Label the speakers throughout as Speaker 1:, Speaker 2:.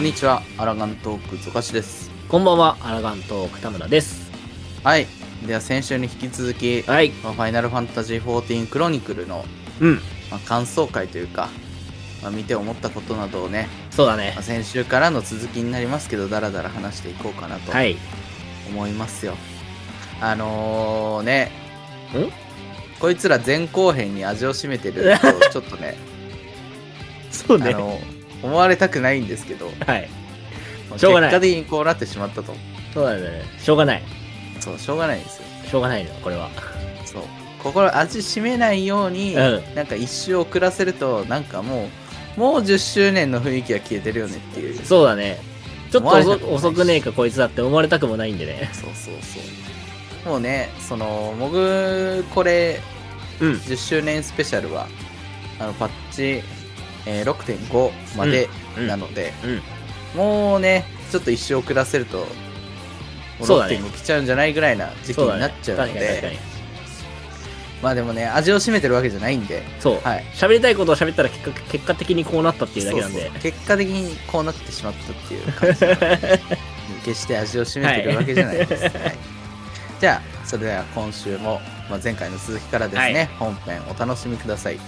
Speaker 1: んにちは、アラガントーク、ゾカシです。
Speaker 2: こんばんは、アラガント田村です。
Speaker 1: はい。では、先週に引き続き、
Speaker 2: はい。
Speaker 1: まあファイナルファンタジー14クロニクルの、
Speaker 2: うん。
Speaker 1: まあ、感想会というか、まあ、見て思ったことなどをね、
Speaker 2: そうだ
Speaker 1: ま
Speaker 2: ね
Speaker 1: あ。先週からの続きになりますけど、だらだら話していこうかなと
Speaker 2: はい。
Speaker 1: 思いますよ。あのー、ね、こいつら前後編に味を占めてると、ちょっとね、
Speaker 2: そう
Speaker 1: あの思われたくないんですけど、
Speaker 2: はい。し
Speaker 1: 結
Speaker 2: ょうがない
Speaker 1: 果的にこうなってしまったと。
Speaker 2: そうだね。しょうがない。
Speaker 1: そう、しょうがないんですよ。
Speaker 2: しょうがないの、これは。
Speaker 1: そうここ味しめないように、
Speaker 2: うん
Speaker 1: なんか一周遅らせるとなんかもうもう10周年の雰囲気が消えてるよねっていうそう
Speaker 2: そうだね。ちょっ
Speaker 1: 思
Speaker 2: と
Speaker 1: われたくない
Speaker 2: 遅遅くねえか、こいつだって思われたくもないんでね。
Speaker 1: そうそうもうねその僕これ
Speaker 2: うん。
Speaker 1: 10周年スペシャルはあのパッチ、えー6.5まで
Speaker 2: うん
Speaker 1: なので、
Speaker 2: うん。
Speaker 1: もうねちょっと一周遅らせるともう
Speaker 2: そうだね
Speaker 1: 6.5来ちゃうんじゃないぐらいな時期
Speaker 2: そうだ
Speaker 1: に
Speaker 2: ね。
Speaker 1: なっちゃうの
Speaker 2: 確かに確か
Speaker 1: で
Speaker 2: に。
Speaker 1: まあでもね味を占めてるわけじゃないんで
Speaker 2: そう。
Speaker 1: はい
Speaker 2: 喋りたいことを喋ったら結果結果的にこうなったっていうだけなん
Speaker 1: そう
Speaker 2: で
Speaker 1: そう。結果的にこうなってしまったっていう感じなので 決して味を占めてるわけじゃないです、はいじゃあそれでは今週も、まあ、前回の続きからですね、
Speaker 2: はい
Speaker 1: 本編お楽しみください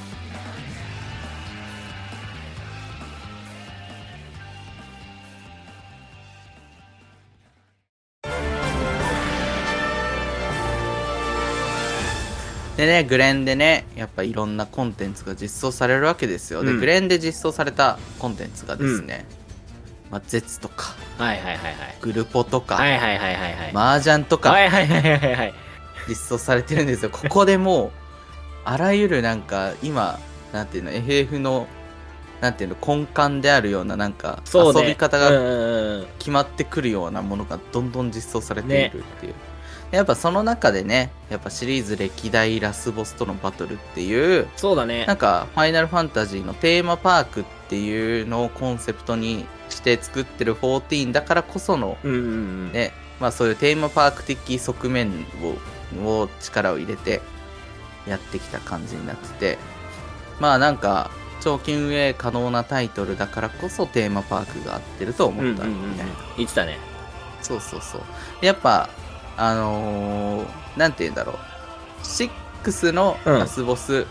Speaker 1: でね、グレンでね、やっぱいろんなコンテンツが実装されるわけですよ。で、
Speaker 2: うん
Speaker 1: グレンで実装されたコンテンツがですね、まあ、ゼツとか、
Speaker 2: はいはいはいはい。
Speaker 1: グルポとか、
Speaker 2: はいはいはいはいはい。
Speaker 1: 麻雀と
Speaker 2: は
Speaker 1: か
Speaker 2: いはいはいはいはい。
Speaker 1: 実装されてるんですよ。ここでもう、あらゆるなんか、今、なんていうの、FF の、なんていうの、根幹であるような、なんか、
Speaker 2: そうね。
Speaker 1: 遊び方
Speaker 2: う
Speaker 1: が
Speaker 2: んうんうん。
Speaker 1: 決まってくるようなものがどんどん実装されているっていう。やっぱその中でね、やっぱシリーズ歴代ラスボスとのバトルっていう、
Speaker 2: そうだね
Speaker 1: なん。か、ファイナルファンタジーのテーマパークっていうのをコンセプトにして作ってる14だからこその、
Speaker 2: うんうんうん。
Speaker 1: ね、まあそういうテーマパーク的側面を、を力を入れてやってきた感じになってて、まあなんか、長期運営可能なタイトルだからこそテーマパークが合ってると思った
Speaker 2: うんうんうんうん
Speaker 1: みたいな。
Speaker 2: 言ってたね。
Speaker 1: そうそうそう。やっぱ、あのー、なんて言うんだろう。6の
Speaker 2: うん
Speaker 1: ラスボス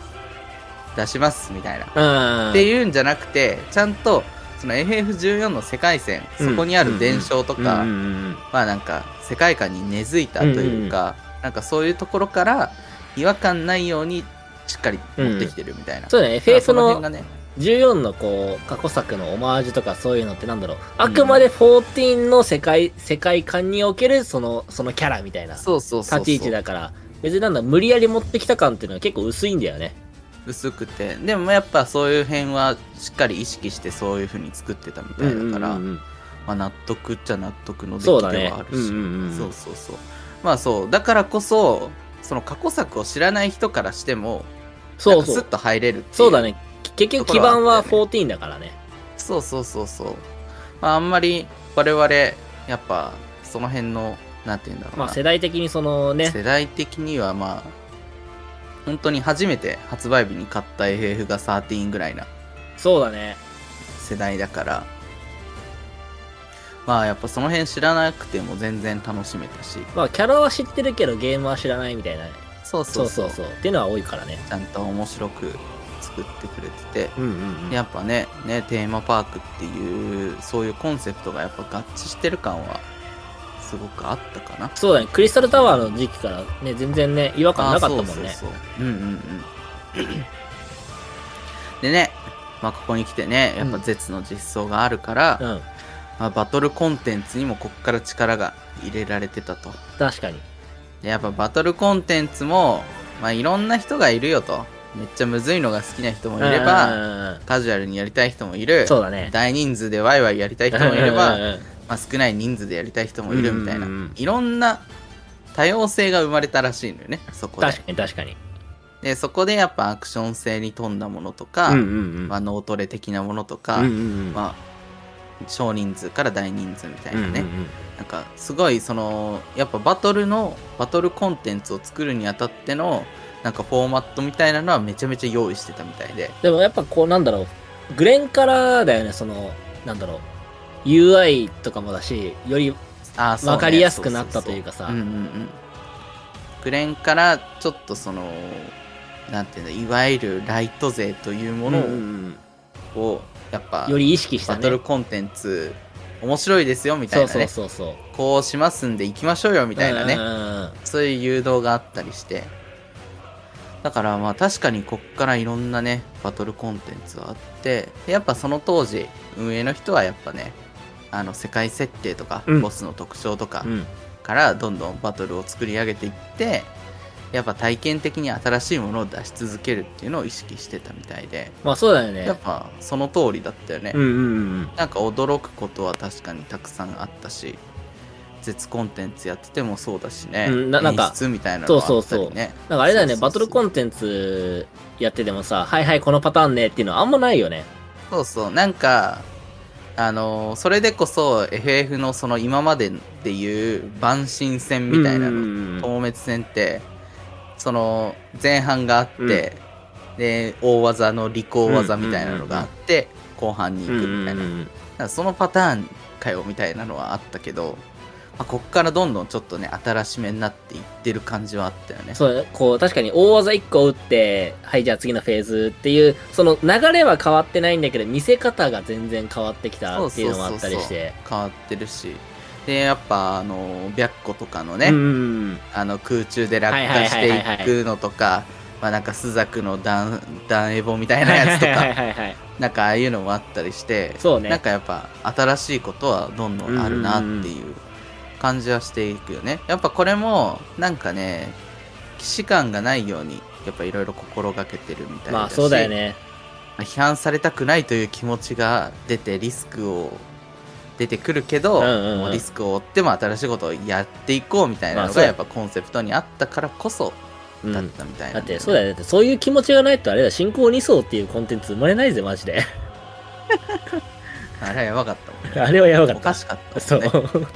Speaker 1: 出しますみたいな。
Speaker 2: うん。
Speaker 1: っていうんじゃなくて、ちゃんと、その FF14 の世界線、
Speaker 2: うん
Speaker 1: そこにある伝承と
Speaker 2: う
Speaker 1: か、
Speaker 2: んうんうんうん。
Speaker 1: まあなんか世界観に根付いたというか、なんかそういうところから違和感ないようにしっかり持ってきてるみたいな。
Speaker 2: そうだね。
Speaker 1: だから
Speaker 2: FF の
Speaker 1: 辺がね、
Speaker 2: 14のこう過去作のオマージュとかそういうのってなんだろうあくまで14の世界,、世界観におけるそのそのキャラみたいな立
Speaker 1: そうそうそうそう。
Speaker 2: ち位置だから別になんだ無理やり持ってきた感っていうのは結構薄いんだよね
Speaker 1: 薄くてでもやっぱそういう辺はしっかり意識してそういう風に作ってたみたいだから、
Speaker 2: うんうんうんうん
Speaker 1: まあ、納得っちゃ納得の出
Speaker 2: そう
Speaker 1: 来
Speaker 2: だ
Speaker 1: で
Speaker 2: ね
Speaker 1: はあるし
Speaker 2: うんうんうん
Speaker 1: そうそうそうまあそうだからこそその過去作を知らない人からしても
Speaker 2: そう
Speaker 1: なんか
Speaker 2: そ
Speaker 1: スッ
Speaker 2: う
Speaker 1: と入れるっていう
Speaker 2: そうだね結局基盤は
Speaker 1: ところ
Speaker 2: 14だからね
Speaker 1: そうそうそうそう、まあ、あんまり我々やっぱその辺のなんて言うんだろうな、
Speaker 2: まあ世代的にそのね
Speaker 1: 世代的にはまあ本当に初めて発売日に買った FF が13ぐらいな
Speaker 2: そうだね
Speaker 1: 世代だからまあやっぱその辺知らなくても全然楽しめたし
Speaker 2: まあキャラは知ってるけどゲームは知らないみたいな
Speaker 1: そうそ
Speaker 2: そうう
Speaker 1: そ
Speaker 2: そううそうっていうのは多いからね
Speaker 1: ちゃんと面白く作ってくれてて
Speaker 2: うんうんうん
Speaker 1: やっぱねねテーマパークっていうそういうコンセプトがやっぱ合致してる感はすごくあったかな
Speaker 2: そうだねクリスタルタワーの時期からね全然ね違和感なかったもんね
Speaker 1: あーそうそうそううんうんうんでね、まあ、ここに来てねやっぱ絶の実装があるから、
Speaker 2: うん
Speaker 1: まあ、バトルコンテンツにもこっから力が入れられてたと
Speaker 2: 確かに
Speaker 1: でやっぱバトルコンテンツも、まあ、いろんな人がいるよとめっちゃむずいのが好きな人もいれ
Speaker 2: うんう
Speaker 1: ば
Speaker 2: んうんうん
Speaker 1: カジュアルにやりたい人もいる
Speaker 2: そうだね
Speaker 1: 大人数でワイワイやりたい人もいれば、
Speaker 2: うんうんうん
Speaker 1: まあ、少ない人数でやりたい人もいるみたいな、
Speaker 2: うんうんうん
Speaker 1: いろんな多様性が生まれたらしいのよねそこで
Speaker 2: 確かに確かに。
Speaker 1: でそこでやっぱアクション性に富んだものとか、
Speaker 2: うん
Speaker 1: まあ、脳トレ的なものとか、
Speaker 2: うん
Speaker 1: まあ、少人数から大人数みたいなね、
Speaker 2: うんうんうん
Speaker 1: なんかすごいそのやっぱバトルのバトルコンテンツを作るにあたってのなんかフォーマットみたいなのはめちゃめちゃ用意してたみたいで
Speaker 2: でもやっぱこうなんだろう、グレンからだよね、その、なんだろう、 UI とかもだし、より、
Speaker 1: あーそうね
Speaker 2: わかりやすくなったというかさ
Speaker 1: そそそうんうんうんグレンからちょっとそのなんていうのいわゆるライト勢というも
Speaker 2: うんう
Speaker 1: の
Speaker 2: ん
Speaker 1: を,、やっぱ
Speaker 2: より意識した
Speaker 1: バ
Speaker 2: ね。
Speaker 1: トルコンテンツ面白いですよみたい
Speaker 2: そ
Speaker 1: な
Speaker 2: う
Speaker 1: ね
Speaker 2: そうそうそう。
Speaker 1: こうしますんで行きましょうよみたいなね、
Speaker 2: うんうんうん
Speaker 1: そういう誘導があったりしてだからまあ確かにこっからいろんなねバトルコンテンツはあってでやっぱその当時運営の人はやっぱねあの世界設定とか、
Speaker 2: うん
Speaker 1: ボスの特徴とか、
Speaker 2: うん。
Speaker 1: からどんどんバトルを作り上げていってやっぱ体験的に新しいものを出し続けるっていうのを意識してたみたいで
Speaker 2: まあそうだよね
Speaker 1: やっ。ぱその通りだったよね、
Speaker 2: うんうんうん
Speaker 1: なんか驚くことは確かにたくさんあったし絶コンテンツやっててもそうだしね、
Speaker 2: うんななんか
Speaker 1: 演出みたいなのもあったりね
Speaker 2: そうそうなんかあれだよね、
Speaker 1: そうそうそう
Speaker 2: バトルコンテンツやっててもさ、はいはい、このパターンねっていうのはあんまないよね。
Speaker 1: そうそうなんかあのーそれでこそ FF のその今までっていう蛮神戦みたいな
Speaker 2: うんう
Speaker 1: の
Speaker 2: んうん
Speaker 1: 透滅戦ってその前半があって、
Speaker 2: うん
Speaker 1: で大技の利口技みたいなのがあって、後半に行く
Speaker 2: うん
Speaker 1: みたいな、だ
Speaker 2: うんうん
Speaker 1: からそのパターンかよみたいなのはあったけど、まあ、こっからどんどんちょっとね新しめになっていってる感じはあったよね
Speaker 2: そうね、こう、確かに大技1個打って、はい、じゃあ次のフェーズっていう、その流れは変わってないんだけど、見せ方が全然変わってきたっていうのもあったりして。
Speaker 1: 変わってるしでやっぱあの白虎とかのね、
Speaker 2: うんうんうん
Speaker 1: あの空中で落下していくのとかまあなんか朱雀の断断エボみたいなやつと
Speaker 2: は
Speaker 1: か
Speaker 2: いはいは いはいはい。
Speaker 1: なんかああいうのもあったりして
Speaker 2: そうね
Speaker 1: なんかやっぱ新しいことはどんどんあるなっていう感じはしていくよねやっぱこれもなんかね既視感がないようにやっぱいろいろ心がけてるみたいだし、
Speaker 2: まあそうだよね。
Speaker 1: 批判されたくないという気持ちが出てリスクを出てくるけど、
Speaker 2: うんうんうん
Speaker 1: もうリスクを負っても新しいことをやっていこうみたいな
Speaker 2: まあ
Speaker 1: の
Speaker 2: そ
Speaker 1: が
Speaker 2: う
Speaker 1: やっぱコンセプトにあったからこそ
Speaker 2: う
Speaker 1: だっ
Speaker 2: ん。
Speaker 1: たみたいな、
Speaker 2: だって、そうだよね。だって、そういう気持ちがないとあれだ、進行2層っていうコンテンツ生まれないぜ、マ ジで。
Speaker 1: あれはやばかったもんね
Speaker 2: あれはやばか
Speaker 1: お
Speaker 2: っ。
Speaker 1: かしかったた
Speaker 2: そ
Speaker 1: も
Speaker 2: うん
Speaker 1: ね。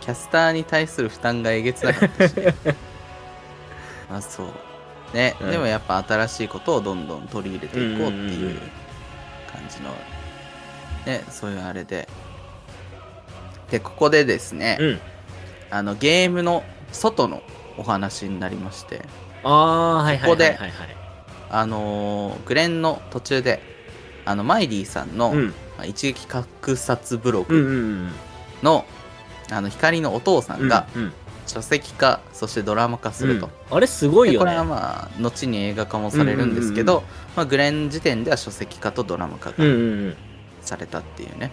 Speaker 1: キャスターに対する負担がえげつなかったし、 ね、まあそうね、
Speaker 2: うん
Speaker 1: でもやっぱ新しいことをどんどん取り入れていこうって
Speaker 2: うんうんうんう
Speaker 1: い
Speaker 2: ん
Speaker 1: う感じのねそういうあれででここでですね、
Speaker 2: うん。
Speaker 1: あのゲームの外のお話になりまして
Speaker 2: ああ、はいはい
Speaker 1: ここ
Speaker 2: は
Speaker 1: で
Speaker 2: いはいはい。
Speaker 1: あのーグレンの途中であのマイリーさんの、
Speaker 2: うん。
Speaker 1: まあ一撃格殺ブロ
Speaker 2: うん
Speaker 1: グ
Speaker 2: うん
Speaker 1: の,、あの光のお父さ
Speaker 2: うんん。
Speaker 1: が、
Speaker 2: うんうん
Speaker 1: 書籍化そしてドラマ化すると、
Speaker 2: うんあれすごい
Speaker 1: で
Speaker 2: よ
Speaker 1: これ
Speaker 2: ね
Speaker 1: は。まあ後に映画化もされるんですけど、
Speaker 2: うん
Speaker 1: まあ、グレン時点では書籍化とドラマ化
Speaker 2: う
Speaker 1: が
Speaker 2: んうんうん。
Speaker 1: されたっていうね、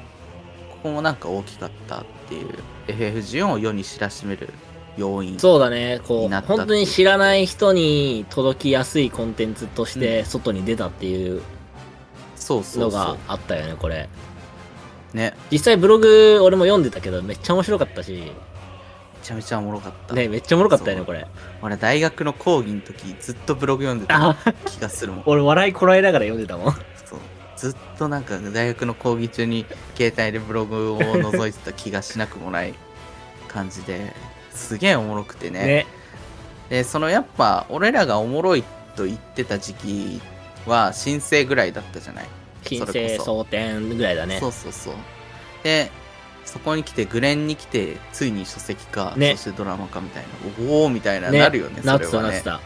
Speaker 1: ここもなんか大きかったっていう FF14 を世に知らしめる要因
Speaker 2: そうだね。こ
Speaker 1: に
Speaker 2: う、
Speaker 1: なったっていう
Speaker 2: 本当に知らない人に届きやすいコンテンツとして外に出たっていう
Speaker 1: そうそ
Speaker 2: の
Speaker 1: うそ
Speaker 2: があったよね、これ。
Speaker 1: うね
Speaker 2: 実際ブログ俺も読んでたけど、めっちゃ面白かったし、
Speaker 1: めちゃめちゃおもろかった、
Speaker 2: ね、めっちゃおもろかったよ
Speaker 1: そ
Speaker 2: ね、
Speaker 1: う
Speaker 2: これ。
Speaker 1: 俺大学の講義の時ずっとブログ読んでた
Speaker 2: あ、
Speaker 1: 気がするもん
Speaker 2: 俺笑いこらえながら読んでたもん。
Speaker 1: そうずっとなんか大学の講義中に携帯でブログを覗いてた気がしなくもない感じですげえおもろくてね
Speaker 2: ね。
Speaker 1: でそのやっぱ俺らがおもろいと言ってた時期は新生ぐらいだったじゃない、
Speaker 2: 金
Speaker 1: それ
Speaker 2: 星
Speaker 1: こそ
Speaker 2: 争点ぐらいだね
Speaker 1: そ。うそうそうでそこに来てグレンに来てついに書籍化、
Speaker 2: ね
Speaker 1: そしてドラマ化みたいなおおみたいな、
Speaker 2: ね
Speaker 1: なるよね
Speaker 2: な
Speaker 1: そ
Speaker 2: って
Speaker 1: れ
Speaker 2: た、
Speaker 1: は
Speaker 2: なって
Speaker 1: ね
Speaker 2: た。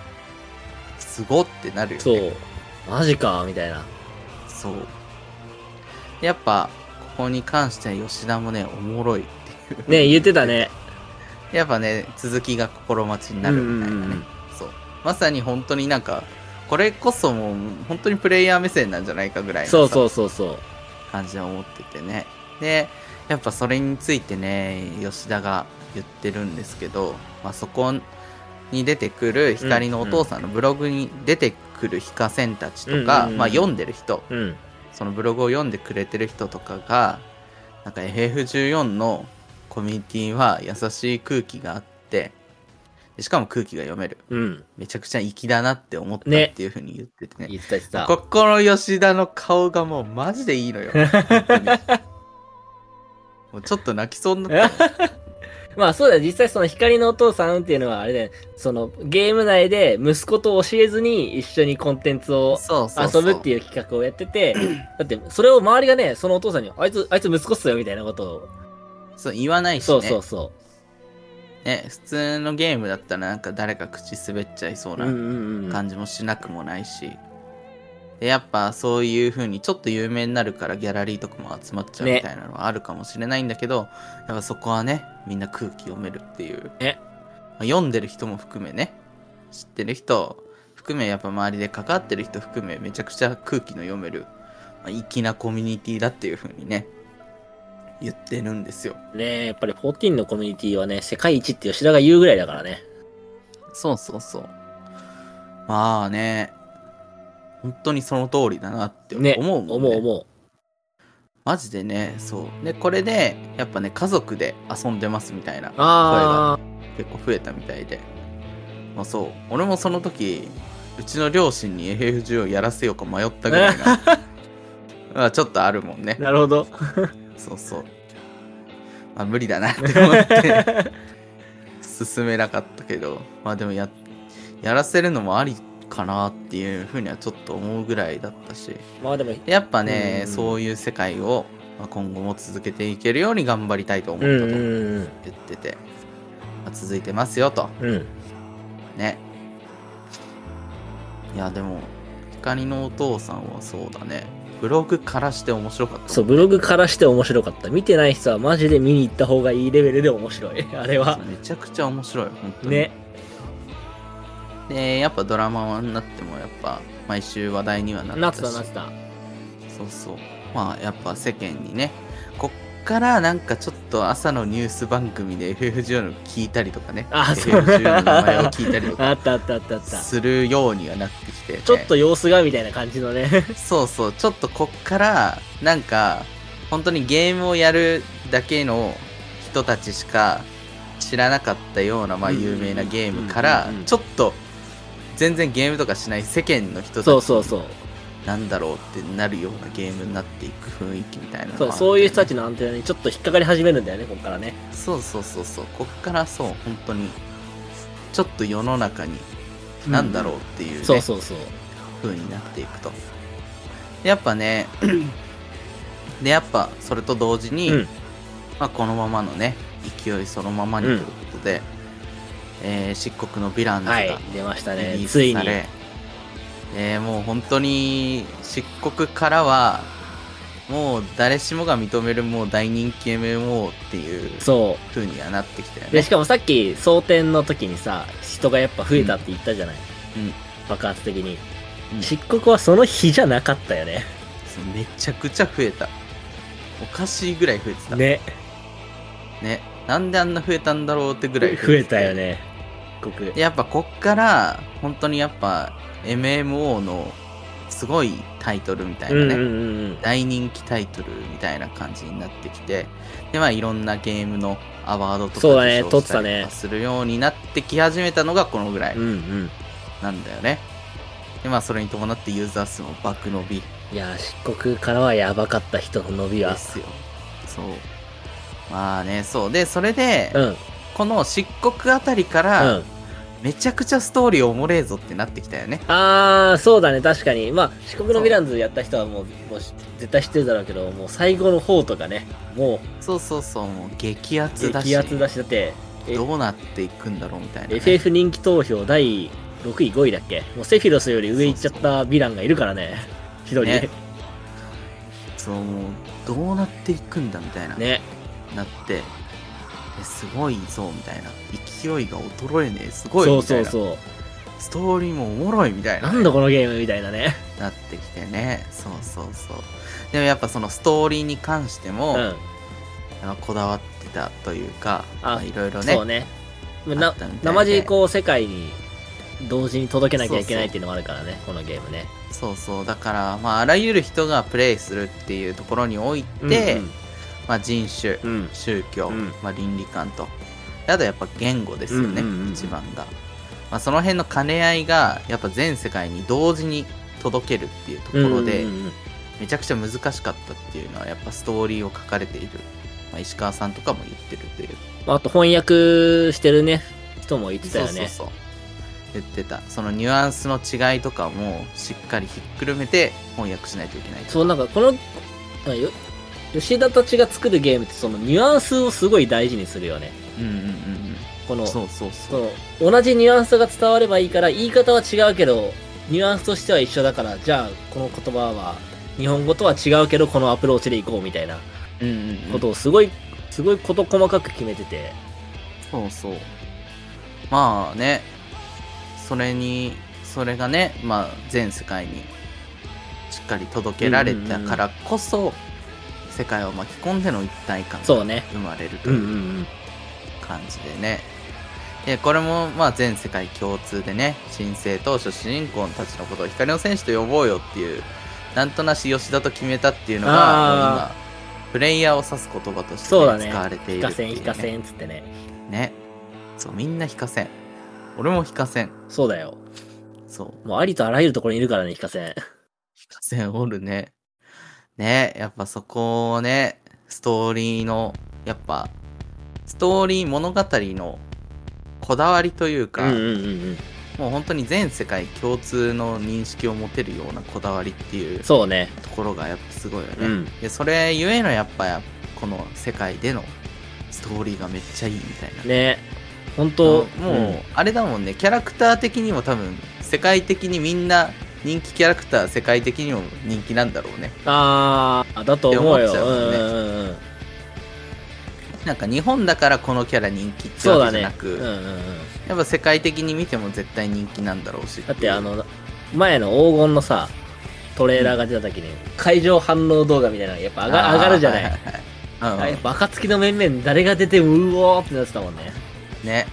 Speaker 1: すごってなるよね
Speaker 2: そう。マジか、みたいな。
Speaker 1: そう。やっぱ、ここに関しては吉田もね、おもろいっていう。
Speaker 2: ね、言ってたね。
Speaker 1: やっぱね、続きが心待ちになるみたいな
Speaker 2: うんうん
Speaker 1: ね
Speaker 2: うん。
Speaker 1: そう。まさに本当になんか、これこそもう本当にプレイヤー目線なんじゃないかぐらいのさ
Speaker 2: そうそうそうそう。
Speaker 1: 感じは思っててね。で、やっぱそれについてね、吉田が言ってるんですけど、まあ、そこに出てくる光のお父さんのブログに出てくるヒカセンたちと
Speaker 2: うんうん
Speaker 1: か、
Speaker 2: うん
Speaker 1: まあ読んでる人、
Speaker 2: うん。
Speaker 1: そのブログを読んでくれてる人とかがなんか FF14 のコミュニティは優しい空気があってでしかも空気が読める
Speaker 2: うん。
Speaker 1: めちゃくちゃ粋だなって思ったっ
Speaker 2: ね
Speaker 1: ていうふうに言っててね
Speaker 2: 言ってた言ってた。
Speaker 1: ここの吉田の顔がもうマジでいいのよ本当にもうちょっと泣きそうになった
Speaker 2: まあそうだよ、実際その光のお父さんっていうのはあれだよね、そのゲーム内で息子と教えずに一緒にコンテンツを
Speaker 1: そうそうそ
Speaker 2: 遊
Speaker 1: う
Speaker 2: ぶっていう企画をやっ てて、だってそれを周りがね、そのお父さんに、あいつ、あいつ息子っすよみたいなことを。
Speaker 1: そう言わないしね
Speaker 2: そうそうそ
Speaker 1: ね普通のゲームだったらなんか誰か口滑っちゃいそう
Speaker 2: う。う
Speaker 1: なん
Speaker 2: うんうん。
Speaker 1: 感じもしなくもないし、でやっぱそういう風にちょっと有名になるからギャラリーとかも集まっちゃう
Speaker 2: ね
Speaker 1: みたいなのはあるかもしれないんだけど、やっぱそこはねみんな空気読めるっていう、
Speaker 2: ね
Speaker 1: まあ読んでる人も含めね知ってる人含めやっぱ周りで関わってる人含めめちゃくちゃ空気の読める、まあ、粋なコミュニティだっていう風にね言ってるんですよ
Speaker 2: ねえやっぱり14のコミュニティはね、世界一って吉田が言うぐらいだからね。
Speaker 1: そうそうそう。まあね、本当にその通りだなって思う
Speaker 2: ね
Speaker 1: もんね。
Speaker 2: 思う思う。
Speaker 1: マジでね、そう。で、これで、やっぱね、家族で遊んでますみたいな声が
Speaker 2: ああ、
Speaker 1: 結構増えたみたいで。まあそう、俺もその時、うちの両親に FF10 をやらせようか迷ったぐら いな。まあちょっとあるもんね。
Speaker 2: なるほど。
Speaker 1: そうそう。まあ無理だなって思って。 進めなかったけどまあでもややらせるのもありかなっていうふうにはちょっと思うぐらいだったし
Speaker 2: まあでも、
Speaker 1: やっぱね、
Speaker 2: うん
Speaker 1: そういう世界をまあ今後も続けていけるように頑張りたいと思
Speaker 2: う
Speaker 1: った
Speaker 2: ん
Speaker 1: と
Speaker 2: うん
Speaker 1: 言
Speaker 2: うん
Speaker 1: ってて、まあ続いてますよと
Speaker 2: うん。うん。
Speaker 1: ねいやでも光のお父さんはそうだねブログからして面白かったもん
Speaker 2: そう、ブログからして面白かった。見てない人はマジで見に行った方がいいレベルで面白い。 あれは。
Speaker 1: めちゃくちゃ面白い本当に
Speaker 2: ね。
Speaker 1: でやっぱドラマになってもやっぱ毎週話題にはな
Speaker 2: なっ
Speaker 1: ってた
Speaker 2: た
Speaker 1: し
Speaker 2: なってた。
Speaker 1: そうそうまあやっぱ世間にねこっからなんかちょっと朝のニュース番組で FF14 の聞いたりとかね
Speaker 2: あそう
Speaker 1: FF14 の名前を聞いたりとか
Speaker 2: あったあったあったあった。
Speaker 1: するようにはなってきて、ね
Speaker 2: ちょっと様子がみたいな感じのね。
Speaker 1: そうそうちょっとこっからなんか本当にゲームをやるだけの人たちしか知らなかったようなまあ
Speaker 2: うんうんうん
Speaker 1: 有名なゲームから
Speaker 2: うんうんうん
Speaker 1: ちょっと全然ゲームとかしない世間の人たち
Speaker 2: そうそうそう。
Speaker 1: なんだろうってなるようなゲームになっていく雰囲気みたいなのは
Speaker 2: そうそういう人たちのアンテナにちょっと引っかかり始めるんだよね、ここからね。
Speaker 1: そうそうそうそうこっからそう本当にちょっと世の中になんだろうっていう、ね
Speaker 2: そうそうそう。
Speaker 1: 風になっていくとでやっぱね でやっぱそれと同時に、
Speaker 2: うん。
Speaker 1: まあ、このままのね勢いそのままにということで、えー漆黒のヴィランズが
Speaker 2: はい、出ました
Speaker 1: リ
Speaker 2: ね
Speaker 1: リ。ー
Speaker 2: つ
Speaker 1: ス
Speaker 2: い
Speaker 1: さ
Speaker 2: に。
Speaker 1: れ、えーもう本当に漆黒からはもう誰しもが認めるもう大人気 MMO っていう
Speaker 2: そ
Speaker 1: 風にはなってきたよ
Speaker 2: う。で、
Speaker 1: ね
Speaker 2: し。かもさっき、蒼天の時にさ、人がやっぱ増えたって言ったじゃない。
Speaker 1: うん
Speaker 2: 爆発的に。
Speaker 1: うん
Speaker 2: 漆黒はその日じゃなかったよね。
Speaker 1: めちゃくちゃ増えた。おかしいぐらい増えてた。ね。
Speaker 2: ね。
Speaker 1: なんであんな増えたんだろうってぐらい
Speaker 2: 増え
Speaker 1: てて
Speaker 2: たよ。ね。漆黒。
Speaker 1: でやっぱこっから、本当にやっぱ MMO のすごいタイトルみたいな
Speaker 2: う
Speaker 1: ね。
Speaker 2: んうんうんうん。
Speaker 1: 大人気タイトルみたいな感じになってきてでまあいろんなゲームのアワードとか
Speaker 2: そうだね
Speaker 1: 受賞し
Speaker 2: 取って
Speaker 1: り
Speaker 2: た
Speaker 1: と
Speaker 2: ね
Speaker 1: かするようになってき始めたのがこのぐらい
Speaker 2: うんうん。
Speaker 1: なんだよね、でまあそれに伴ってユーザー数も爆伸び
Speaker 2: いやー、漆黒からはやばかった人の伸び
Speaker 1: で
Speaker 2: は。
Speaker 1: すよそうまあねそうでそれで、
Speaker 2: うん。
Speaker 1: この漆黒あたりか
Speaker 2: う
Speaker 1: ら、
Speaker 2: ん。
Speaker 1: めちゃくちゃストーリーおもれえぞってなってきたよね
Speaker 2: あー、そうだね、確かに。まあ、四国のヴィランズやった人はもう、もうし絶対知ってるだろうけど、もう最後の方とかね、も
Speaker 1: そうそうそうもう激ア
Speaker 2: う
Speaker 1: ツだし
Speaker 2: 激アツだし、だって、え
Speaker 1: どうなっていくんだろうみたいなね、
Speaker 2: FF 人気投票第6位、5位だっけもうセフィロスより上行っちゃっ
Speaker 1: そう
Speaker 2: たヴィランがいるか らね、一人ね
Speaker 1: ね。そうもうどうなっていくんだみたいな、
Speaker 2: ね。
Speaker 1: なってえすごいぞみたいな勢いが衰えねえすごい
Speaker 2: そう
Speaker 1: みた
Speaker 2: そ
Speaker 1: いうな
Speaker 2: そ。
Speaker 1: ストーリーもおもろいみたいうな
Speaker 2: なんだこのゲームみたいなね。
Speaker 1: なってきてねそうそうそうでもやっぱそのストーリーに関して
Speaker 2: う
Speaker 1: も、
Speaker 2: ん。
Speaker 1: あのこだわってたというか
Speaker 2: あ
Speaker 1: まあいろいろね
Speaker 2: そうね。
Speaker 1: あ
Speaker 2: な
Speaker 1: ったみたいで
Speaker 2: 生地こう世界に同時に届けなきゃいけないっていうのもあるからね、このゲームね。
Speaker 1: そうそうだから、まあ、あらゆる人がプレイするっていうところにおいて、まあ、人種
Speaker 2: うん、うん。
Speaker 1: 宗教、
Speaker 2: うん
Speaker 1: まあ、倫理観とであとやっぱ言語ですよね、
Speaker 2: うんうんうん
Speaker 1: 一番が、まあ、その辺の兼ね合いがやっぱ全世界に同時に届けるっていうところで、
Speaker 2: うんうんうん
Speaker 1: めちゃくちゃ難しかったっていうのはやっぱストーリーを書かれている、まあ、石川さんとかも言ってるという
Speaker 2: まあ、あと翻訳してるね、人も言ってた
Speaker 1: そ
Speaker 2: よ
Speaker 1: う
Speaker 2: ね。
Speaker 1: そうそう言ってたそのニュアンスの違いとかもしっかりひっくるめて翻訳しないといけない
Speaker 2: そう、なんかこの、まあよ吉田たちが作るゲームってそのニュアンスをすごい大事にするよね。
Speaker 1: うんうんうん
Speaker 2: こ
Speaker 1: う
Speaker 2: の、
Speaker 1: ん
Speaker 2: そ
Speaker 1: そうそうそう
Speaker 2: の同じニュアンスが伝わればいいから、言い方は違うけど、ニュアンスとしては一緒だから、じゃあこの言葉は日本語とは違うけど、このアプローチでいこうみたいな
Speaker 1: うんうんうん
Speaker 2: ことをすごい、すごいこと細かく決めてて。
Speaker 1: そうそうまあねそれにそれがね、まあ、全世界にしっかり届けられたからこそ、世界を巻き込んでの一体感
Speaker 2: そう
Speaker 1: が
Speaker 2: ね。
Speaker 1: 生まれると
Speaker 2: うんう
Speaker 1: い
Speaker 2: ん
Speaker 1: う
Speaker 2: うん。
Speaker 1: 感じでね、でこれもまあ全世界共通でね新生当初主人公たちのことを光の戦士と呼ぼうよっていうなんとなし吉田と決めたっていうのがもう
Speaker 2: あ
Speaker 1: 今プレイヤーを指す言葉としてね、
Speaker 2: そうだね
Speaker 1: 使われてい
Speaker 2: 非
Speaker 1: るっ
Speaker 2: 可
Speaker 1: ていう、
Speaker 2: 戦、
Speaker 1: ね、
Speaker 2: 非可戦っつってね。
Speaker 1: ねそうみんな非可戦俺も非可戦
Speaker 2: そうだよ。
Speaker 1: そう
Speaker 2: もうありとあらゆるところにいるからね、非可戦。
Speaker 1: 非可戦おるねねやっぱそこをねストーリーのやっぱストーリー物語のこだわりという
Speaker 2: う
Speaker 1: か、
Speaker 2: んうんうんうん。
Speaker 1: もう本当に全世界共通の認識を持てるようなこだわりっていうと
Speaker 2: そうね。
Speaker 1: ころがやっぱすごいよね、
Speaker 2: うん。
Speaker 1: でそれゆえのやっぱこの世界でのストーリーがめっちゃいいみたいな
Speaker 2: ね本
Speaker 1: と
Speaker 2: 当
Speaker 1: もう、あれだもんねキャラクター的にも多分世界的にみんな人気キャラクター世界的にも人気なんだろうね
Speaker 2: ああだと思うよ
Speaker 1: って思っちゃうもんね
Speaker 2: うんうんうんうん
Speaker 1: なんか日本だからこのキャラ人気って
Speaker 2: そう
Speaker 1: わけ
Speaker 2: だ
Speaker 1: じゃな
Speaker 2: ねうん
Speaker 1: く、
Speaker 2: うんうん
Speaker 1: やっぱ世界的に見ても絶対人気なんだろうし
Speaker 2: だってあの前の黄金のさトレーラーが出た時に会場反応動画みたいなのがやっぱ上が上がるじゃない
Speaker 1: い
Speaker 2: あ
Speaker 1: はい
Speaker 2: れバカつきの面々誰が出てもうおーってなってたもんね
Speaker 1: うん、ね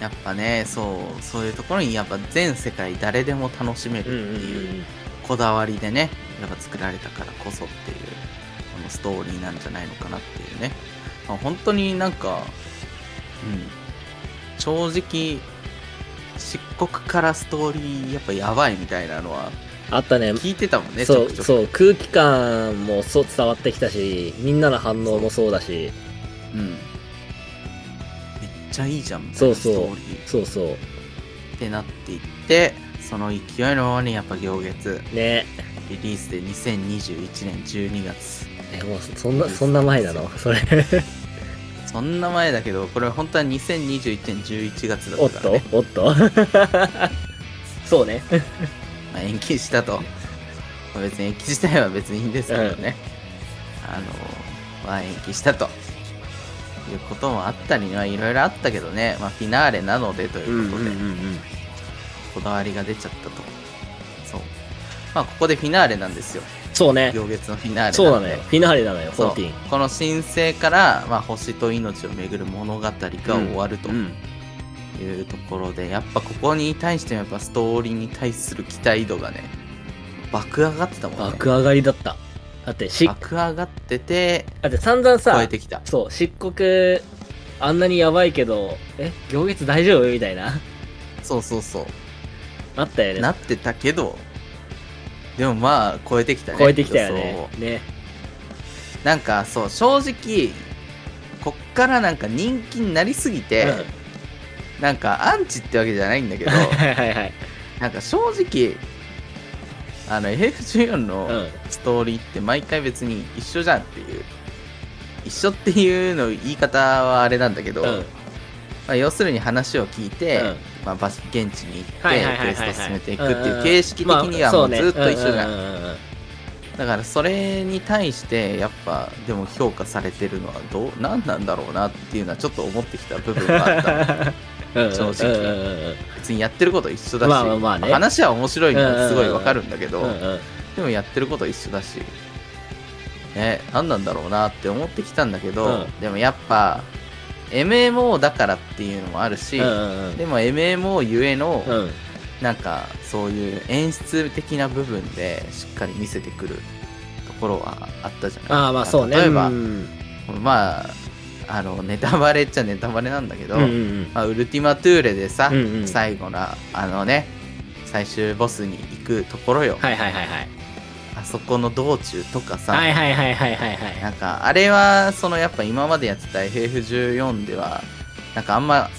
Speaker 1: やっぱねそうそういうところにやっぱ全世界誰でも楽しめるって
Speaker 2: うんうんう
Speaker 1: いうんこだわりでねやっぱ作られたからこそっていうこのストーリーなんじゃないのかなっていうね、まあ、本当になんか、うん、正直漆黒からストーリーやっぱやばいみたいなのは
Speaker 2: あったね
Speaker 1: 聞いてたもんねち
Speaker 2: そ
Speaker 1: ょ
Speaker 2: う
Speaker 1: くちょく
Speaker 2: そう空気感もそう伝わってきたしみんなの反応もそうだし
Speaker 1: うん、めっちゃいいじゃんみたい
Speaker 2: そう
Speaker 1: なスト
Speaker 2: そう
Speaker 1: ーリー
Speaker 2: そうそ
Speaker 1: ってなっていってその勢いのままにやっぱ行月
Speaker 2: うね
Speaker 1: リリースで2021年12月
Speaker 2: えもうそんなそんな前なのそ れ
Speaker 1: そんな前だけどこれ本当は2021年11月だ
Speaker 2: お
Speaker 1: っ
Speaker 2: った
Speaker 1: か
Speaker 2: と
Speaker 1: ら、ね、
Speaker 2: おっと そうね。
Speaker 1: まあ、延期したと、まあ別に延期自体は別にいいんですけどね、あのまあ延期したということもあったりはいろいろあったけどね、まあ、フィナーレなのでということで、
Speaker 2: ん。
Speaker 1: こだわりが出ちゃったとそうまあここでフィナーレなんですよ
Speaker 2: そうね。
Speaker 1: 行月のフィナーレ
Speaker 2: そうな
Speaker 1: の
Speaker 2: の
Speaker 1: で
Speaker 2: よ。フィナーレなのよ、
Speaker 1: そう
Speaker 2: 14。
Speaker 1: この神聖から、まあ、星と命をめぐる物語が終わると
Speaker 2: うん。
Speaker 1: いうところで、やっぱここに対してもやっぱストーリーに対する期待度がね爆上がってたもんね
Speaker 2: 爆上がりだった。だって、し、だ
Speaker 1: 爆上がってて
Speaker 2: って散々
Speaker 1: 超
Speaker 2: さ
Speaker 1: え、てきた
Speaker 2: そう、漆黒、あんなにやばいけど、え、行月大丈夫みたいな。
Speaker 1: そうそうそ
Speaker 2: あったよ
Speaker 1: う
Speaker 2: ね。
Speaker 1: なってたけどでもまあ超えてきたね
Speaker 2: 超えてきたよね。
Speaker 1: そう
Speaker 2: ね。
Speaker 1: なんかそう正直こっからなんか人気になりすぎて、なんかアンチってわけじゃないんだけ
Speaker 2: うん
Speaker 1: ど
Speaker 2: はいはいはい。
Speaker 1: なんか正直あの FF14 の、
Speaker 2: うん。
Speaker 1: ストーリーって毎回別に一緒じゃんっていう一緒っていうの言い方はあれなんだけど、
Speaker 2: うん。
Speaker 1: まあ、要するに話を聞いて、
Speaker 2: うん
Speaker 1: まあ、場所現地に行って
Speaker 2: はいはいはい
Speaker 1: ク
Speaker 2: は
Speaker 1: エ
Speaker 2: いはい
Speaker 1: スト進めていくって
Speaker 2: んんん
Speaker 1: いう形式的には
Speaker 2: まあ
Speaker 1: も
Speaker 2: そうね
Speaker 1: ずっと一緒じゃん、
Speaker 2: うんうんうんうん
Speaker 1: だからそれに対してやっぱでも評価されてるのはどう何なんだろうなっていうのはちょっと思ってきた部分 があった
Speaker 2: うん。
Speaker 1: 正直
Speaker 2: うんうんうんうん
Speaker 1: 別にやってること一緒だし、
Speaker 2: まあまあまあね
Speaker 1: 話は面白いのはすごいわかるんだけど、
Speaker 2: うんうん
Speaker 1: でもやってることは一緒だし、ね、何なんだろうなって思ってきたんだけど、
Speaker 2: うん
Speaker 1: でもやっぱ MMO だからっていうのもあるし、
Speaker 2: うんうん
Speaker 1: でも MMO ゆえの、
Speaker 2: うん。うん。
Speaker 1: なんかそういう演出的な部分でしっかり見せてくるところはあったじゃない
Speaker 2: ああまあそうね
Speaker 1: 例えば、
Speaker 2: うん
Speaker 1: まああのネタバレっちゃネタバレなんだけど、
Speaker 2: うんうん
Speaker 1: まあ、ウルティマトゥーレでさ、
Speaker 2: うんうん
Speaker 1: 最後のあのね最終ボスに行くところよ、
Speaker 2: はいはいはいはい
Speaker 1: あそこの道中とかさ、
Speaker 2: はいはいはいはいはいはい
Speaker 1: なんかあれはそのやっぱ今までやってた FF14 ではなんかあんま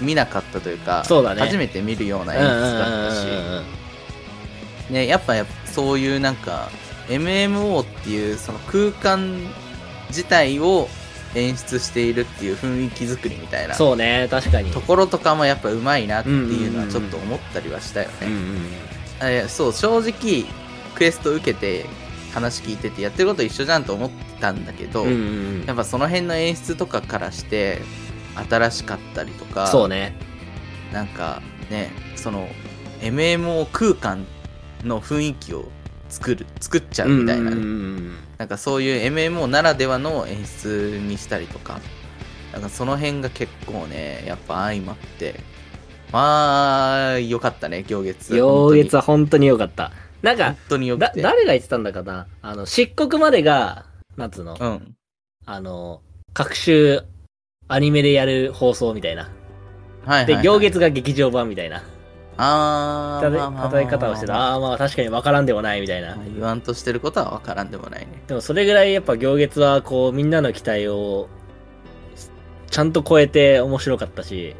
Speaker 1: 見なかったというか
Speaker 2: そうだね
Speaker 1: 初めて見るような
Speaker 2: う
Speaker 1: 演
Speaker 2: ん
Speaker 1: 出
Speaker 2: うん
Speaker 1: だったし、
Speaker 2: うんうん
Speaker 1: ね、やっぱやっぱそういうなんか MMO っていうその空間自体を演出しているっていう雰囲気作りみたい
Speaker 2: うん
Speaker 1: な
Speaker 2: そうね確かに
Speaker 1: ところとかもやっぱうまいなっていうの
Speaker 2: う
Speaker 1: は
Speaker 2: んうんうん
Speaker 1: ちょっと思ったりはしたよね。
Speaker 2: うんうん
Speaker 1: あいやそう正直クエスト受けて話聞いててやってること一緒じゃんと思ってたんだけど、
Speaker 2: うんうんうん
Speaker 1: やっぱその辺の演出とかからして新しかったりとか
Speaker 2: そうね
Speaker 1: なんかねその MMO 空間の雰囲気を作る作っちゃうみたいな、
Speaker 2: うんうんうん
Speaker 1: なんかそういう MMO ならではの演出にしたりとかなんかその辺が結構ねやっぱ相まってまあ良かったね行
Speaker 2: うん
Speaker 1: 月
Speaker 2: 行月
Speaker 1: は
Speaker 2: は本当に良かったなんか
Speaker 1: 本当に良く
Speaker 2: だ
Speaker 1: て
Speaker 2: 誰が言ってたんだかなあの漆黒までがなんつうの
Speaker 1: うん
Speaker 2: あの各週アニメでやる放送みたいな
Speaker 1: はいはいはい、
Speaker 2: で行月が劇場版みたいな
Speaker 1: あー
Speaker 2: 例え
Speaker 1: まあまあまあまあ
Speaker 2: 例え方をしてたああまあ確かに分からんでもないみたいな
Speaker 1: まあ言わんとしてることは分からんでもないね
Speaker 2: でもそれぐらいやっぱ行月はこうみんなの期待をちゃんと超えて面白かったし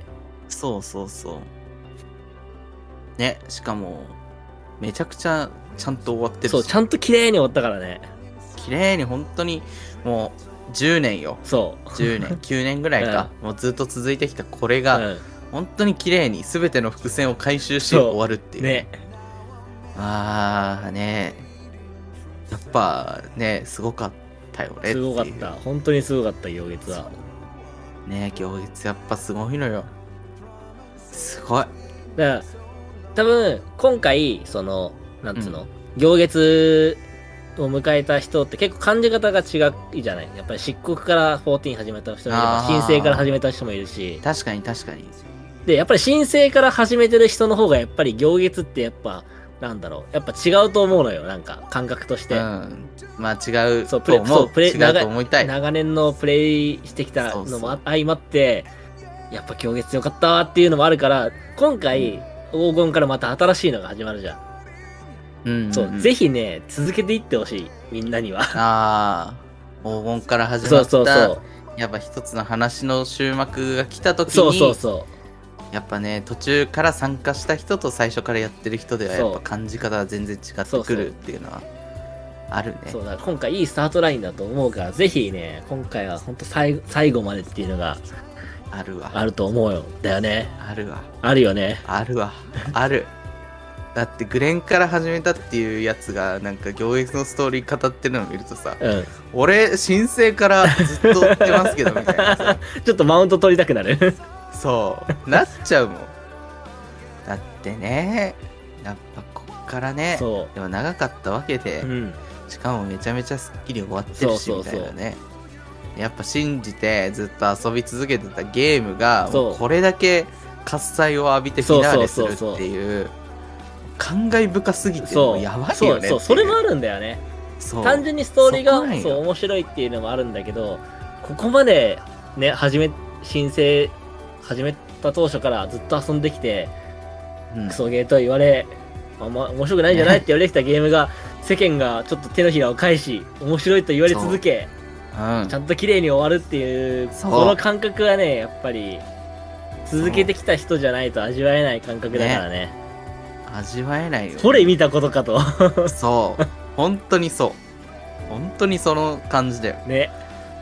Speaker 1: そうそうそうねしかもめちゃくちゃちゃんと終わってるし
Speaker 2: そうちゃんと綺麗に終わったからね
Speaker 1: 綺麗に本当にもう10年よ
Speaker 2: そう
Speaker 1: 10年 9年ぐらいか、もうずっと続いてきたこれが、本当に綺麗に全ての伏線を回収して
Speaker 2: そう
Speaker 1: 終わるって
Speaker 2: う
Speaker 1: い
Speaker 2: ん、
Speaker 1: う
Speaker 2: ね
Speaker 1: ああねやっぱねすごかったよねてい
Speaker 2: す
Speaker 1: う
Speaker 2: ごかった本当にすごかった行月は
Speaker 1: ね行月やっぱすごいのよすごい
Speaker 2: だから多分今回そのなんつうの、行月を迎えた人って結構感じ方が違うじゃないやっぱり漆黒から14始めた人もいれば
Speaker 1: あー
Speaker 2: 新生から始めた人もいるし
Speaker 1: 確かに確かに
Speaker 2: でやっぱり新生から始めてる人の方がやっぱり行月ってやっぱなんだろうやっぱ違うと思うのよなんか感覚として、
Speaker 1: うん、まあ違う
Speaker 2: そうプ
Speaker 1: と
Speaker 2: レ
Speaker 1: 思
Speaker 2: そううプレ
Speaker 1: 違う
Speaker 2: 長
Speaker 1: と
Speaker 2: い
Speaker 1: 思いたい
Speaker 2: 長年のプレイしてきたのもあ相まってやっぱ行月よかったっていうのもあるから今回、黄金からまた新しいのが始まるじゃん
Speaker 1: うん
Speaker 2: そう、
Speaker 1: ん
Speaker 2: ぜひね、続けていってほしい、みんなには。
Speaker 1: ああ黄金から 始
Speaker 2: そ
Speaker 1: まっ
Speaker 2: う
Speaker 1: た
Speaker 2: そうそう。
Speaker 1: やっぱ一つの話の終幕が来た時に
Speaker 2: そうそうそ
Speaker 1: やっぱね途中から参加した人と最初からやってる人では
Speaker 2: そう
Speaker 1: やっぱ感じ方は全然違ってくるっていうのはあるね
Speaker 2: う。そうだから今回いいスタートラインだと思うから、ぜひね、今回は本当最後最後までっていうのが
Speaker 1: あるわ
Speaker 2: あると思うよ。だよね。
Speaker 1: あるわ
Speaker 2: あるよね。
Speaker 1: あるわあるだってグレンから始めたっていうやつがなんか行列のストーリー語ってるのを見るとさ
Speaker 2: うん。
Speaker 1: 俺申請からずっと追ってますけどみたいなさ
Speaker 2: ちょっとマウント取りたくなる。
Speaker 1: そうなっちゃうもんだってねやっぱこっからね
Speaker 2: そ
Speaker 1: でも長かったわけで、
Speaker 2: う。うん。
Speaker 1: しかもめちゃめちゃすっきり終わってるし
Speaker 2: そう
Speaker 1: み
Speaker 2: そ
Speaker 1: た
Speaker 2: うそう
Speaker 1: いなねやっぱ信じてずっと遊び続けてたゲームが
Speaker 2: そう
Speaker 1: もうこれだけ喝采を浴びてフィナーレするっていう感慨深すぎても
Speaker 2: そうう。
Speaker 1: やばい
Speaker 2: そ
Speaker 1: よ
Speaker 2: う
Speaker 1: ね
Speaker 2: そう。それもあ
Speaker 1: る
Speaker 2: るんだよね。
Speaker 1: そう
Speaker 2: 単純にストーリー
Speaker 1: そこなん
Speaker 2: が
Speaker 1: よ
Speaker 2: そう面白いっていうのもあるんだけどここまでね始め申請始めた当初からずっと遊んできて、
Speaker 1: うん
Speaker 2: クソゲーと言われあんま面白くないんじゃないって言われてきたゲームが世間がちょっと手のひらを返し面白いと言われ続け
Speaker 1: うん
Speaker 2: ちゃんと綺麗に終わるっていう
Speaker 1: そう
Speaker 2: この感覚はねやっぱり続けてきた人じゃないと味わえない感覚だからね
Speaker 1: 味わえないよ
Speaker 2: これ見たことかと
Speaker 1: そう本当にそう本当にその感じだよ
Speaker 2: ね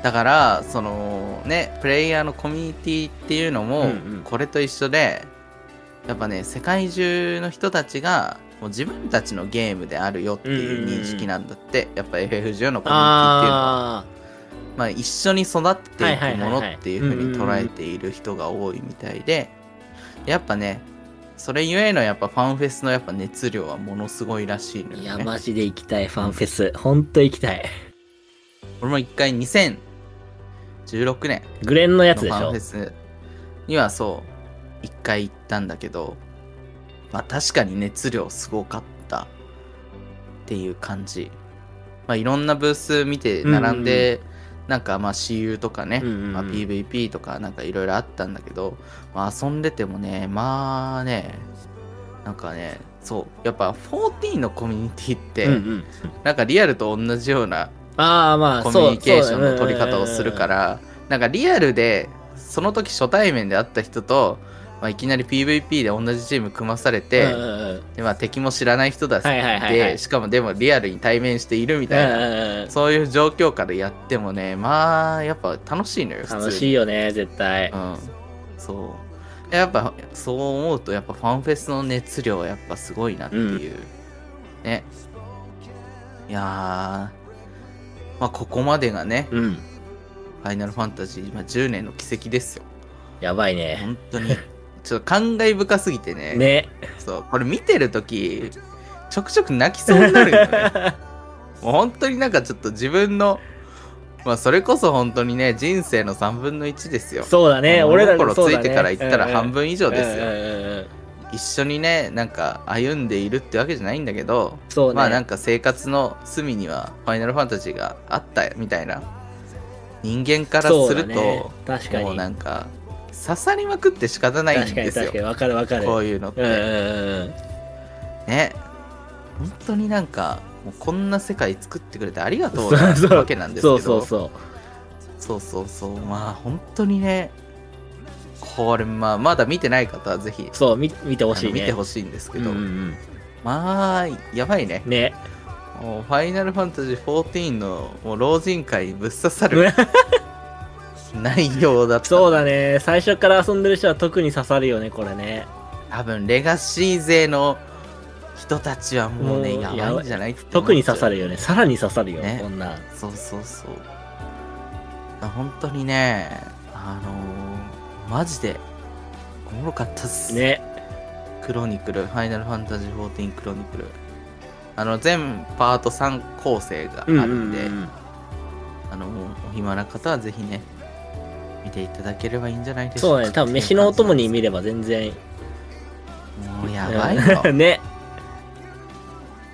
Speaker 1: だからそのねプレイヤーのコミュニティっていうの
Speaker 2: うん
Speaker 1: も
Speaker 2: うん
Speaker 1: これと一緒で、やっぱね世界中の人たちがもう自分たちのゲームであるよっていう認識なんだって、やっぱ FF14 のコミュニティっていうのは
Speaker 2: あ
Speaker 1: まあ、一緒に育ってい
Speaker 2: はい
Speaker 1: く
Speaker 2: は
Speaker 1: も
Speaker 2: い
Speaker 1: の
Speaker 2: はいはい
Speaker 1: っていうふうに捉えている人が多いみたいで、やっぱねそれゆえのやっぱファンフェスのやっぱ熱量はものすごいらしいの
Speaker 2: ー
Speaker 1: よ
Speaker 2: い
Speaker 1: ね。
Speaker 2: やマジで行きたいファンフェスほんと行きたい
Speaker 1: 俺も一回2016年
Speaker 2: グレンのやつ
Speaker 1: のフ
Speaker 2: でし
Speaker 1: ァン
Speaker 2: ょ
Speaker 1: フェスにはそう一回行ったんだけどまあ確かに熱量すごかったっていう感じまあいろんなブース見て並んで、なんかまあ CU とかね、
Speaker 2: うんうんうん
Speaker 1: まあ、PVP とかなんかいろいろあったんだけど、まあ、遊んでてもねまあねなんかねそうやっぱ14のコミュニティって、
Speaker 2: うんうん、
Speaker 1: なんかリアルと同じような
Speaker 2: ああまあ
Speaker 1: コ
Speaker 2: そ
Speaker 1: ミ
Speaker 2: う
Speaker 1: ュニケーションの取り方をするか、
Speaker 2: そう
Speaker 1: らなんかリアルでその時初対面で会った人と、まあ、いきなり PVP で同じチーム組まされ
Speaker 2: だ
Speaker 1: て、
Speaker 2: ねうんうんうんうんうん
Speaker 1: でまあ、敵も知らない人だし、
Speaker 2: はいはいはいはい
Speaker 1: でしかもでもリアルに対面しているみたいな、
Speaker 2: うんうん
Speaker 1: そういう状況下でやってもねまあやっぱ楽しいのよ普通に
Speaker 2: 楽しいよね絶対、
Speaker 1: うん、そうやっぱそう思うとやっぱファンフェスの熱量はやっぱすごいなっていう、ねいやーまあここまでがね、
Speaker 2: うん
Speaker 1: ファイナルファンタジー、まあ、10年の奇跡ですよ
Speaker 2: やばいね
Speaker 1: 本当に ちょっと感慨深すぎてね
Speaker 2: ね
Speaker 1: そうこれ見てる時ちょくちょく泣きそうになるよね もう本当になんかちょっと自分のまあそれこそ本当にね人生の3分の1ですよ
Speaker 2: そうだね
Speaker 1: 物
Speaker 2: 俺ら
Speaker 1: 心つ
Speaker 2: そうだ
Speaker 1: い
Speaker 2: ね
Speaker 1: てから行ったら半分以上ですよ、
Speaker 2: うんうんうんうん
Speaker 1: 一緒にねなんか歩んでいるってわけじゃないんだけど、
Speaker 2: そうね、
Speaker 1: まあなんか生活の隅には「ファイナルファンタジー」があったみたいな人間から
Speaker 2: そう
Speaker 1: す
Speaker 2: だ
Speaker 1: る
Speaker 2: ね
Speaker 1: と、
Speaker 2: 確か
Speaker 1: もう
Speaker 2: に
Speaker 1: なんか刺さりまくって仕方ないん
Speaker 2: 確か
Speaker 1: で
Speaker 2: に
Speaker 1: す
Speaker 2: 確
Speaker 1: よ
Speaker 2: かにわかるわかる
Speaker 1: こういうのって、
Speaker 2: うんうんうん
Speaker 1: ね本当になんかもうこんな世界作ってくれてありがとうな
Speaker 2: そうそう
Speaker 1: わけなんですけ
Speaker 2: そ
Speaker 1: ど
Speaker 2: うそうそう
Speaker 1: そうそうそうまあ本当にねこれまあまだ見てない方はぜひ
Speaker 2: そう見見てほしい
Speaker 1: あの
Speaker 2: ね
Speaker 1: 見てほしいんですけ
Speaker 2: うん
Speaker 1: ど、
Speaker 2: うん
Speaker 1: まあやばいね
Speaker 2: うん、ね
Speaker 1: もうファイナルファンタジー14のもう老人会にぶっ刺さる内容だった
Speaker 2: そうだね最初から遊んでる人は特に刺さるよねこれね
Speaker 1: 多分レガシー勢の人たちはもうね
Speaker 2: もう
Speaker 1: やばいんじゃないって思っちゃう
Speaker 2: 特に刺さるよねさらに刺さるよ、
Speaker 1: ね
Speaker 2: こんなん
Speaker 1: そうそうそうあ本当にねあのーマジでおもろかったっす
Speaker 2: ね
Speaker 1: クロニクルファイナルファンタジー14クロニクルあの全パート3構成があ
Speaker 2: うん
Speaker 1: る
Speaker 2: うん
Speaker 1: んで、
Speaker 2: うん
Speaker 1: あのお暇な方はぜひね見ていただければいいんじゃないでしょう
Speaker 2: そ
Speaker 1: か
Speaker 2: うだね多分飯のお供に見
Speaker 1: れ
Speaker 2: れば全然
Speaker 1: もうやばい よ
Speaker 2: ね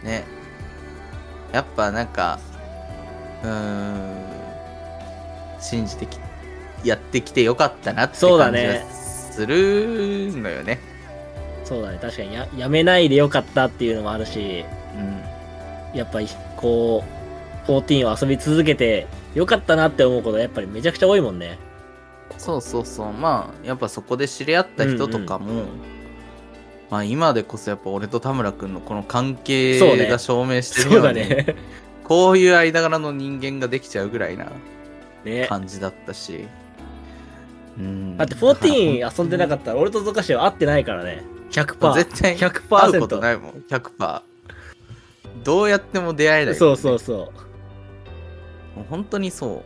Speaker 1: ねやっぱなんかうーん信じてきやってきてよかったなって
Speaker 2: そうだ
Speaker 1: 感じ
Speaker 2: ね
Speaker 1: がするのよね
Speaker 2: そうだね確かにややめないでよかったっていうのもあるしやっぱりこう14を遊び続けてよかったなって思うことがやっぱりめちゃくちゃ多いもん ね
Speaker 1: うんそうそうそうまあやっぱそこで知り合った人とかも、まあ今でこそやっぱ俺と田村君のこの関
Speaker 2: そうね
Speaker 1: 係が証明してる
Speaker 2: そ
Speaker 1: よ
Speaker 2: う
Speaker 1: う
Speaker 2: だ
Speaker 1: に
Speaker 2: ね
Speaker 1: こういう間柄の人間ができちゃうぐらいな
Speaker 2: ね
Speaker 1: 感じだったし。うん、
Speaker 2: だって14遊んでなかったら俺とゾカシは会ってないからね
Speaker 1: まあ
Speaker 2: 100%
Speaker 1: 絶対
Speaker 2: 100%
Speaker 1: 会うことないもん、100%。どうやっても出会えない、
Speaker 2: そうそうそ
Speaker 1: もう本当にそう。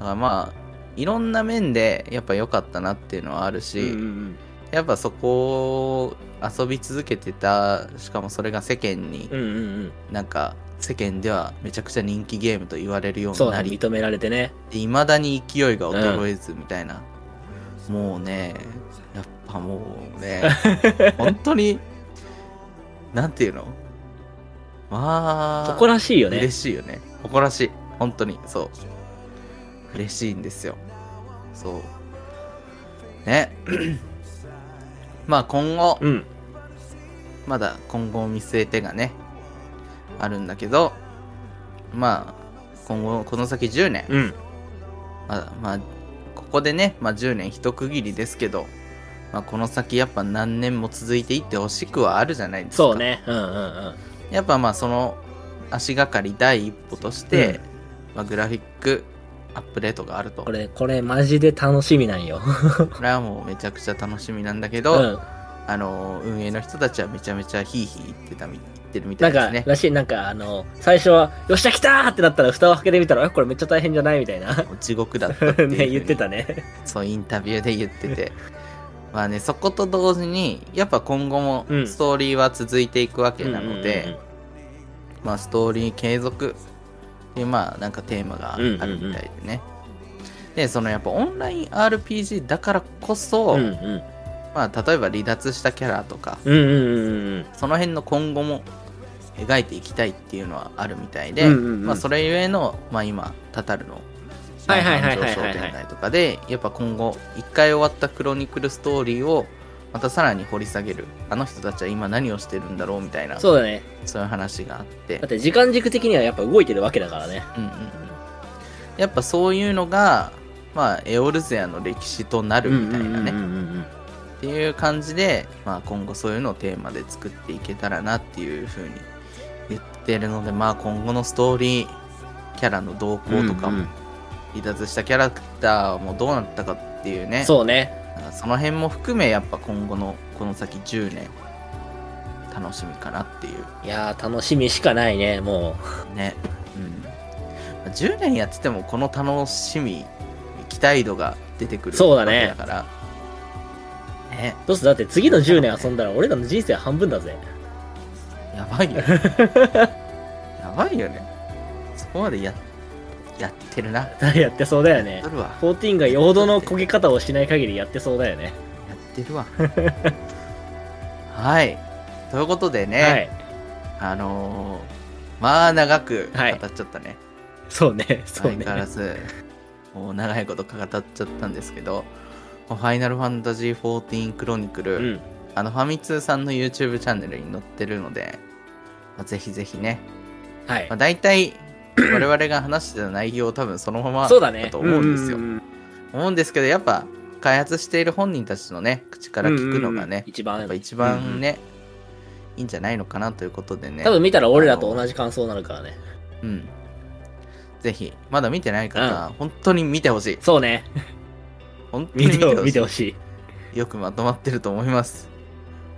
Speaker 1: だからまあ、いろんな面でやっぱ良かったなっていうのはある
Speaker 2: う、
Speaker 1: し、
Speaker 2: うんうん
Speaker 1: やっぱそこを遊び続けてた、しかもそれが世間に、
Speaker 2: うん、うんうん
Speaker 1: なんか世間ではめちゃくちゃ人気ゲームと言われるようん
Speaker 2: う
Speaker 1: に
Speaker 2: そうだ
Speaker 1: な
Speaker 2: ね
Speaker 1: り、
Speaker 2: 認められてね
Speaker 1: いまだに勢いが衰えずみたいな、もうねやっぱもう ね本当になんていうのまあ
Speaker 2: 誇らしいよね
Speaker 1: 嬉しいよね誇らしい本当にそう嬉しいんですよそうね まあ今後
Speaker 2: うん
Speaker 1: まだ今後を見据えてがねあるんだけどまあ今後この先10年、
Speaker 2: うん
Speaker 1: まあ、まあ、ここでね、まあ、10年一区切りですけど、まあ、この先やっぱ何年も続いていってほしくはあるじゃないですか。
Speaker 2: そう。ねうんうんうん
Speaker 1: やっぱまあその足がかり第一歩として、まあ、グラフィックアップデートがあると。
Speaker 2: こ
Speaker 1: これ
Speaker 2: れこれマジで楽しみなんよ
Speaker 1: はもうめちゃくちゃ楽しみなんだけ
Speaker 2: う
Speaker 1: ど、
Speaker 2: ん
Speaker 1: あのー、運営の人たちはめちゃめちゃヒーヒー言ってたみ、言ってるみた
Speaker 2: ないん
Speaker 1: で
Speaker 2: か、
Speaker 1: すね。
Speaker 2: らしい、なんか、あの、最初は、よっしゃ、来たーってなったら、蓋を開けてみたら、あこれめっちゃ大変じゃないみたいな。ね、
Speaker 1: もう地獄だったっていうふうに
Speaker 2: 言ってた ね。
Speaker 1: そうインタビューで言ってて まあねそこと同時にやっぱ今後も
Speaker 2: うん
Speaker 1: ストーリーは続いていくわけなので、まあ、ストーリー継続っていうまあなんかテーマがあるみたいでね、でそのやっぱオンライン RPG だからこそ、
Speaker 2: うんうんうん、
Speaker 1: まあ、例えば離脱したキャラとか
Speaker 2: うんうんうんうん。
Speaker 1: その辺の今後も描いていきたいっていうのはあるみたいで、
Speaker 2: うんうんうん
Speaker 1: まあ、それゆえの、まあ、今タタルの
Speaker 2: はいはいはいはいはい
Speaker 1: 商店街とかでやっぱ今後一回終わったクロニクルストーリーをまたさらに掘り下げるあの人たちは今何をしてるんだろうみたいな
Speaker 2: そうだね。
Speaker 1: そういう話があって
Speaker 2: だって時間軸的にはやっぱ動いてるわけだからね。
Speaker 1: うんうんうんやっぱそういうのが、まあ、エオルゼアの歴史となるみたいなね、
Speaker 2: うんうんうんうん
Speaker 1: っていう感じで、まあ、今後そういうのをテーマで作っていけたらなっていうふうに言ってるので、まあ、今後のストーリーキャラの動向とか
Speaker 2: うんう
Speaker 1: も
Speaker 2: ん
Speaker 1: 離脱したキャラクターもどうなったかっていうね
Speaker 2: そうね。
Speaker 1: なんかその辺も含めやっぱ今後のこの先10年楽しみかなっていう
Speaker 2: いやー、楽しみしかないね、も
Speaker 1: ね、うん、まあ10年やっててもこの楽しみ期待度が出てくる
Speaker 2: そうだ
Speaker 1: わけ
Speaker 2: ね
Speaker 1: だからね
Speaker 2: う。どうするだって次の10年遊んだら俺らの人生半分だぜ。
Speaker 1: やば いよねやばいよねそこまでややってるなや
Speaker 2: やってそうだよね
Speaker 1: って。るわ
Speaker 2: 14がよほどの焦げ方をしない限りやってそうだよね。
Speaker 1: やって るわはいということでね、
Speaker 2: はい。
Speaker 1: あのーまあ長く
Speaker 2: はい
Speaker 1: 語っちゃったね、
Speaker 2: そうね、そうね
Speaker 1: 相変。わらずもう長いこと語っちゃったんですけど「ファイナルファンタジー14クロニクル」
Speaker 2: うん。
Speaker 1: あのファミ通さんの YouTube チャンネルに載ってるので、まあぜひぜひね、
Speaker 2: はい
Speaker 1: まあ、。大体我々が話してた内容を多分そのまま
Speaker 2: そうだね。
Speaker 1: と思うんですよ、
Speaker 2: ううん
Speaker 1: 思うんですけどやっぱ開発している本人たちのね口から聞くのが
Speaker 2: うんうんうん
Speaker 1: ね、
Speaker 2: 一番。
Speaker 1: やっぱ一番ね、いいんじゃないのかなということでね
Speaker 2: 多分見たら俺らと同じ感想になるからね。
Speaker 1: うん。ぜひ、まだ見てない方、本当に見てほしい。
Speaker 2: そうね。
Speaker 1: 本当に
Speaker 2: 見
Speaker 1: 見て
Speaker 2: て
Speaker 1: ほし
Speaker 2: ほ
Speaker 1: い。
Speaker 2: 見てほしい。
Speaker 1: よくまとまってると思います。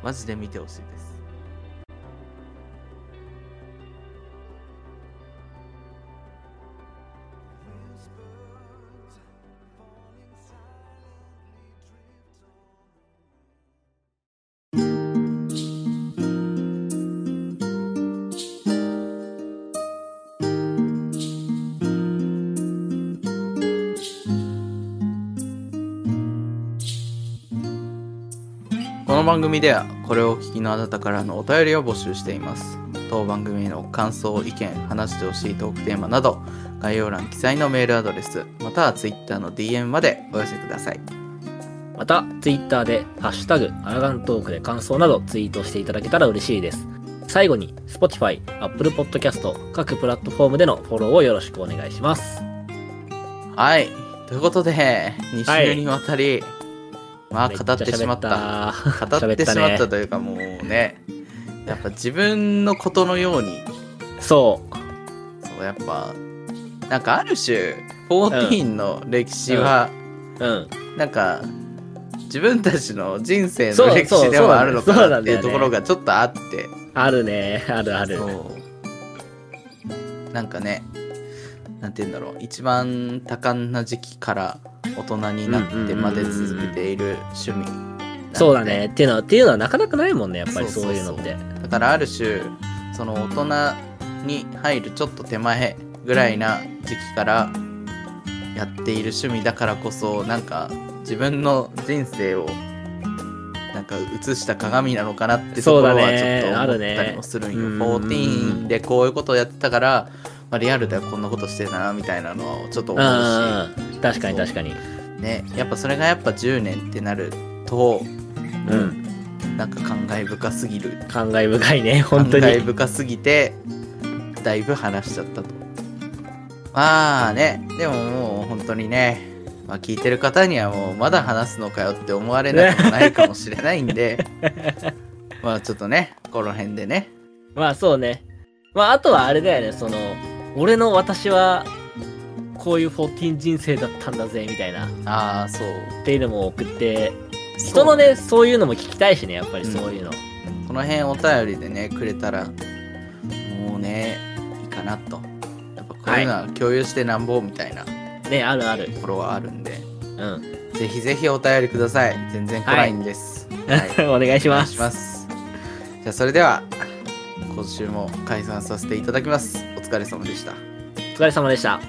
Speaker 1: マジで見てほしいです。この番組ではこれをお聞きのあなたからのお便りを募集しています当番組への感想意見話してほしいトークテーマなど概要欄記載のメールアドレスまたは Twitter の DM までお寄せください
Speaker 2: また、ツイッターで、ハッシュタグ、アラガントークで感想などツイートしていただけたら嬉しいです。最後に、Spotify、Apple Podcast、各プラットフォームでのフォローをよろしくお願いします。
Speaker 1: はいということで2週にわたり、まあ
Speaker 2: めち
Speaker 1: 語
Speaker 2: ゃ
Speaker 1: ってしまった
Speaker 2: 喋った。
Speaker 1: 語ってしまっ
Speaker 2: 喋った
Speaker 1: たというかもうねやっぱ自分のことのように
Speaker 2: そう。
Speaker 1: そうやっぱなんかある種14の歴史は、
Speaker 2: うん。
Speaker 1: なんか自分たちの人生
Speaker 2: そう
Speaker 1: の歴史でもあるのか
Speaker 2: そう
Speaker 1: な
Speaker 2: な
Speaker 1: っ
Speaker 2: ん
Speaker 1: て
Speaker 2: だ
Speaker 1: い
Speaker 2: よ
Speaker 1: う
Speaker 2: ね
Speaker 1: ところがちょっとあって
Speaker 2: あるね。あるある。
Speaker 1: そうなんかねなんて言うんだろう一番多感な時期から大人になってまで続けている趣味
Speaker 2: そうだね。っていうのは、っていうのはなかなかないもんね。やっぱり
Speaker 1: そう
Speaker 2: そ
Speaker 1: そう
Speaker 2: う
Speaker 1: そ
Speaker 2: いううのって。
Speaker 1: だからある種その大人に入るちょっと手前ぐらいな時期からやっている趣味だからこそなんか自分の人生をなんか映した鏡なのかなってところは
Speaker 2: そうだね
Speaker 1: ちょっと
Speaker 2: あ
Speaker 1: 思っ
Speaker 2: るね
Speaker 1: たりもするんよ。
Speaker 2: うん
Speaker 1: 14でこういうことをやってたから、まあ、リアルではこんなことしてたなみたいなのはちょっと
Speaker 2: う。
Speaker 1: 思うん
Speaker 2: 確かに確かに。
Speaker 1: し、ね、やっぱそれがやっぱ10年ってなると
Speaker 2: うん。
Speaker 1: なんか感慨深すぎる
Speaker 2: 感慨深いね。本当に。
Speaker 1: 感慨深すぎてだいぶ話しちゃったとまあねでももう本当にね、まあ、聞いてる方にはもうまだ話すのかよって思われなくもないかもしれないん でまあちょっとねこの辺でね
Speaker 2: まあそうね。まああとはあれだよね、その、俺の私は、こういう14人生だったんだぜ、みたいな、っ
Speaker 1: ああそう
Speaker 2: ていうのも送って、人のね、そういうのも聞きたいしね、やっぱりそういうの。
Speaker 1: この辺お便りでねくれたらもうねいいかなとやっぱこういうのは共有してなんぼみたいなと
Speaker 2: ね、あるある。
Speaker 1: ころはあるんで、
Speaker 2: うん。
Speaker 1: ぜひぜひお便りください全然来ないんです、はい
Speaker 2: お願いし
Speaker 1: お願
Speaker 2: ま
Speaker 1: い
Speaker 2: す。
Speaker 1: しますじゃあそれでは今週も解散させていただきますお疲れ様でした
Speaker 2: お疲れ様でした。